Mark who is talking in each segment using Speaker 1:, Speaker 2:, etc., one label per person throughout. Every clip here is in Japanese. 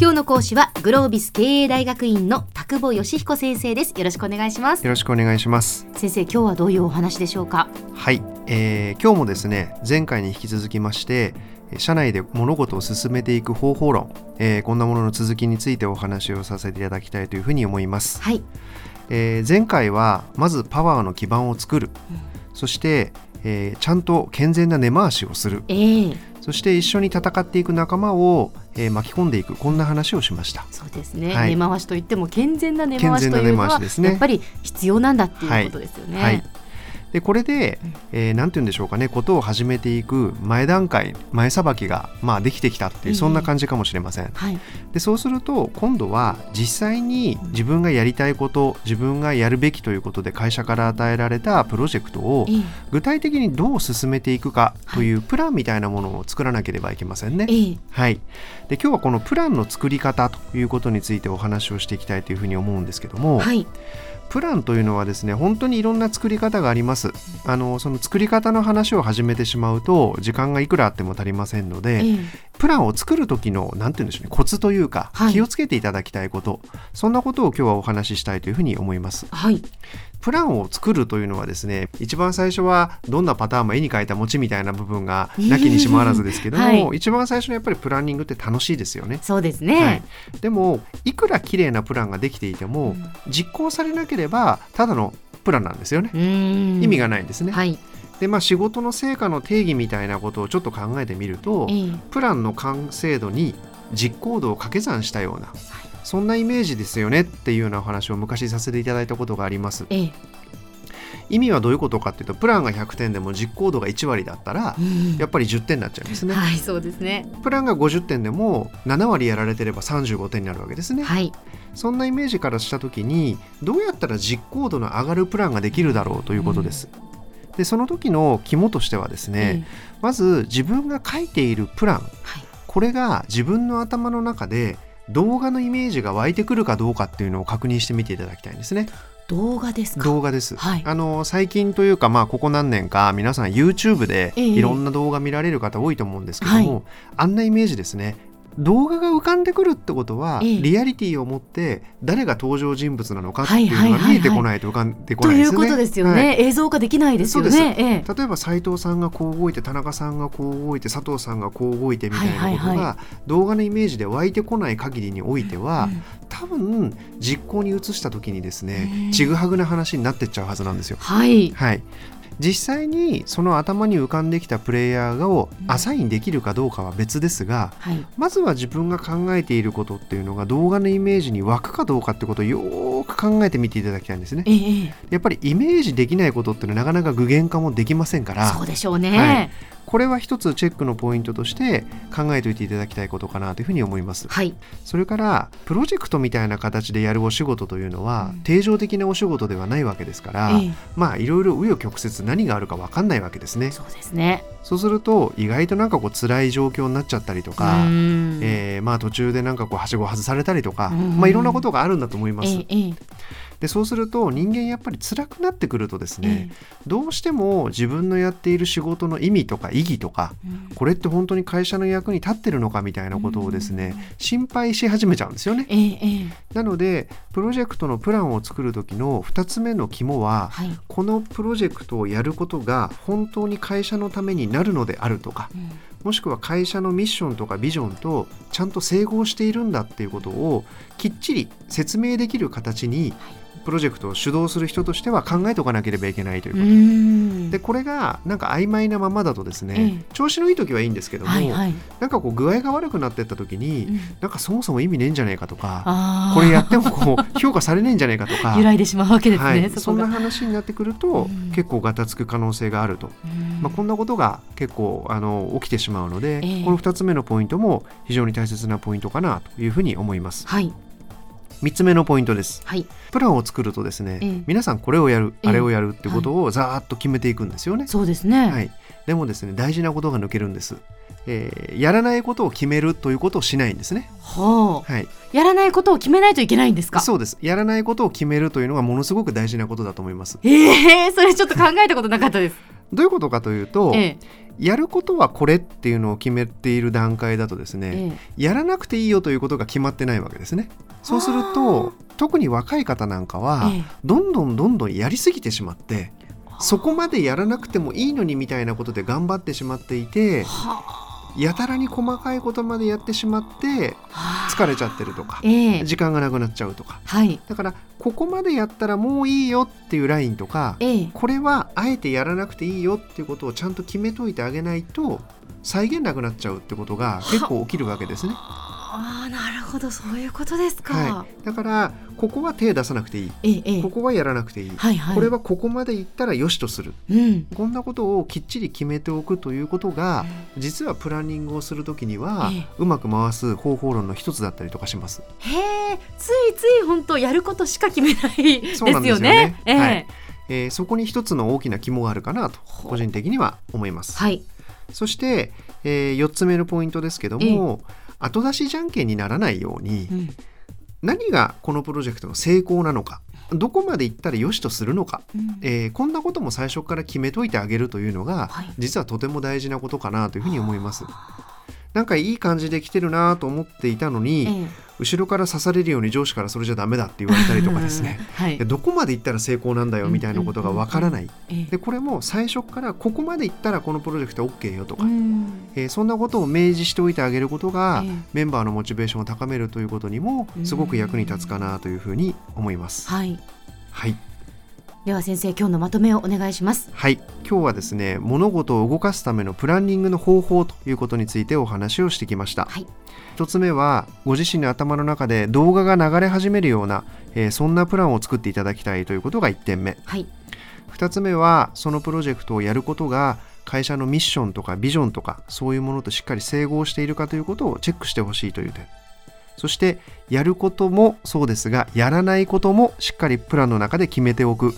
Speaker 1: 今日の講師はグロービス経営大学院の田久保義彦先生ですよろしくお願いします
Speaker 2: よろしくお願いします
Speaker 1: 先生今日はどういうお話でしょうか
Speaker 2: はい、えー、今日もですね前回に引き続きまして社内で物事を進めていく方法論、えー、こんなものの続きについてお話をさせていただきたいというふうに思います
Speaker 1: はい、
Speaker 2: えー、前回はまずパワーの基盤を作る、うん、そして、えー、ちゃんと健全な根回しをする、
Speaker 1: えー、
Speaker 2: そして一緒に戦っていく仲間を、えー、巻き込んでいくこんな話をしました
Speaker 1: そうですね、はい、根回しといっても健全な根回しというのは、ね、やっぱり必要なんだっていうことですよね。はいはい
Speaker 2: でこれで、えー、なんて言うんでしょうかねことを始めていく前段階前さばきが、まあ、できてきたっていうそんな感じかもしれません、
Speaker 1: はい、
Speaker 2: でそうすると今度は実際に自分がやりたいこと自分がやるべきということで会社から与えられたプロジェクトを具体的にどう進めていくかというプランみたいなものを作らなければいけませんね、はい、で今日はこのプランの作り方ということについてお話をしていきたいというふうに思うんですけども、
Speaker 1: はい
Speaker 2: プランというのはですね本当にいろんな作り方がありますあのその作り方の話を始めてしまうと時間がいくらあっても足りませんので、うん、プランを作る時の何て言うんでしょうねコツというか、はい、気をつけていただきたいことそんなことを今日はお話ししたいというふうに思います、
Speaker 1: はい、
Speaker 2: プランを作るというのはですね一番最初はどんなパターンも絵に描いた餅みたいな部分がなきにしもあらずですけども、はい、一番最初のやっぱりプランニングって楽しいですよね
Speaker 1: そうですね、
Speaker 2: でもいくら綺麗なプランができていても、うん、実行されなければればただのプランなんですよね意味がないんですね、
Speaker 1: はい、
Speaker 2: でまあ仕事の成果の定義みたいなことをちょっと考えてみると、えー、プランの完成度に実行度を掛け算したような、はい、そんなイメージですよねっていうようなお話を昔させていただいたことがあります、
Speaker 1: えー、
Speaker 2: 意味はどういうことかっていうとプランが100点でも実行度が1割だったら、うん、やっぱり10点になっちゃいますね。
Speaker 1: はい、そうですね
Speaker 2: プランが50点でも7割やられてれば35点になるわけですね。
Speaker 1: はい
Speaker 2: そんなイメージからした時にどうやったら実行度の上がるプランができるだろうということです。うん、でその時の肝としてはですね、うん、まず自分が書いているプラン、はい、これが自分の頭の中で動画のイメージが湧いてくるかどうかっていうのを確認してみていただきたいんですね。
Speaker 1: 動画です
Speaker 2: 動画です、
Speaker 1: はい、
Speaker 2: あの最近というか、まあ、ここ何年か皆さん YouTube でいろんな動画見られる方多いと思うんですけども、えーはい、あんなイメージですね動画が浮かんでくるってことは、ええ、リアリティを持って誰が登場人物なのかっていうのが見えてこないと浮かんでこない
Speaker 1: ですね。ということですよね、はい、映像化できないですよね。
Speaker 2: え、例えば斎藤さんがこう動いて田中さんがこう動いて佐藤さんがこう動いてみたいなことが、動画のイメージで湧いてこない限りにおいては、多分実行に移した時にですねちぐはぐな話になってっちゃうはずなんですよ。
Speaker 1: はい、
Speaker 2: はい実際にその頭に浮かんできたプレイヤーをアサインできるかどうかは別ですが、うんはい、まずは自分が考えていることっていうのが動画のイメージに湧くかどうかってことをよく考えてみていただきたいんですね、
Speaker 1: えー、
Speaker 2: やっぱりイメージできないことっていうのはなかなか具現化もできませんから、
Speaker 1: そうでしょうね、はい
Speaker 2: これは一つチェックのポイントとして考えておいていただきたいことかなというふうに思います、
Speaker 1: はい、
Speaker 2: それからプロジェクトみたいな形でやるお仕事というのは、うん、定常的なお仕事ではないわけですから、えー、まあいろいろ紆余曲折何があるか分かんないわけですね。
Speaker 1: そうですね
Speaker 2: そうすると意外となんかこう辛い状況になっちゃったりとか、ーえー、まあ途中でなんかこうはしご外されたりとか、まあ、いろんなことがあるんだと思います。え
Speaker 1: え、
Speaker 2: でそうすると人間やっぱり辛くなってくるとですね、え、どうしても自分のやっている仕事の意味とか意義とか、これって本当に会社の役に立ってるのかみたいなことをですね、心配し始めちゃうんですよね。なのでプロジェクトのプランを作る時の2つ目の肝は、はい、このプロジェクトをやることが本当に会社のためになるのであるとか、うん、もしくは会社のミッションとかビジョンとちゃんと整合しているんだっていうことをきっちり説明できる形にプロジェクトを主導する人としては考えておかなければいけないということでこれがなんか曖昧なままだとですね、ええ、調子のいい時はいいんですけども、はいはい、なんかこう具合が悪くなってった時に、うん、なんかそもそも意味ねえんじゃないかとかこれやってもこう 評価されねえんじゃないかとか
Speaker 1: 揺らいでしまうわけですね、はい、
Speaker 2: そ,そんな話になってくると、うん、結構がたつく可能性があると、うん、まあ、こんなことが結構あの起きてしまうので、え、この2つ目のポイントも非常に大切なポイントかなというふうに思います。
Speaker 1: はい
Speaker 2: 3つ目のポイントです、
Speaker 1: はい、
Speaker 2: プランを作るとですね、ええ、皆さんこれをやる、え、あれをやるってことをざーっと決めていくんですよね、はい、
Speaker 1: そうですね、
Speaker 2: はい、でもですね大事なことが抜けるんです、えー、やらないことを決めるということをしないんですね
Speaker 1: は
Speaker 2: あ、はい、
Speaker 1: やらないことを決めないといけないんですか
Speaker 2: そうですやらないことを決めるというのがものすごく大事なことだと思います
Speaker 1: ええー、それちょっと考えたことなかったです
Speaker 2: どういうことかというと、やることはこれっていうのを決めている段階だとですね、ええ、やらなくていいよということが決まってないわけですね。そうすると特に若い方なんかは、え、どんどんどんどんやりすぎてしまってそこまでやらなくてもいいのにみたいなことで頑張ってしまっていて。やたらに細かいことまでやってしまって疲れちゃってるとか、時間がなくなっちゃうとか、だからここまでやったらもういいよっていうラインとか、これはあえてやらなくていいよっていうことをちゃんと決めといてあげないと再現なくなっちゃうってことが結構起きるわけですね。、
Speaker 1: あなるほどそういうことですか、はい
Speaker 2: だからここは手出さなくていい、ええ、ここはやらなくていい、はいはい、これはここまでいったらよしとする、うん、こんなことをきっちり決めておくということが、うん、実はプランニングをする時には、え、うまく回す方法論の一つだったりとかします。
Speaker 1: へついつい本当やることしか決めないですよね。よね
Speaker 2: はいえー、そこに一つの大きな肝があるかなと個人的には思います。はい、そして、えー、4つ目のポイントですけども、後出しじゃんけんにならないように、うん、何がこのプロジェクトの成功なのかどこまで行ったらよしとするのか、うん、えー、こんなことも最初から決めといてあげるというのが、はい、実はとても大事なことかなというふうに思います。なんかいい感じで来てるなと思っていたのに、うん、後ろから刺されるように上司からそれじゃダメだって言われたりとかですね、はい、どこまで行ったら成功なんだよみたいなことがわからない、でこれも最初からここまで行ったらこのプロジェクト OK よとか、うん、えー、そんなことを明示しておいてあげることが、えー、メンバーのモチベーションを高めるということにもすごく役に立つかなというふうに思います。
Speaker 1: はい、
Speaker 2: はい
Speaker 1: では先生今日のまとめをお願いします
Speaker 2: はい今日はですね物事を動かすためのプランニングの方法ということについてお話をしてきました、はい、1つ目はご自身の頭の中で動画が流れ始めるような、えー、そんなプランを作っていただきたいということが1点目、はい、2つ目はそのプロジェクトをやることが会社のミッションとかビジョンとかそういうものとしっかり整合しているかということをチェックしてほしいという点そしてやることもそうですがやらないこともしっかりプランの中で決めておく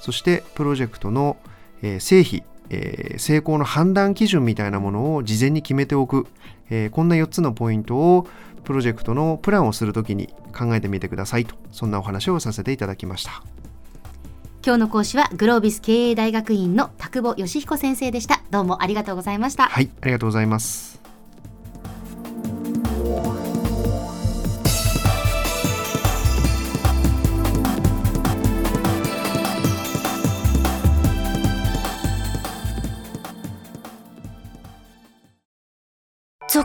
Speaker 2: そしてプロジェクトの、えー、成否、えー、成功の判断基準みたいなものを事前に決めておく、えー、こんな4つのポイントをプロジェクトのプランをするときに考えてみてくださいとそんなお話をさせていただきました
Speaker 1: 今日の講師はグロービス経営大学院の田久保義彦先生でしたどうもありがとうございました
Speaker 2: はいありがとうございます
Speaker 3: ゾ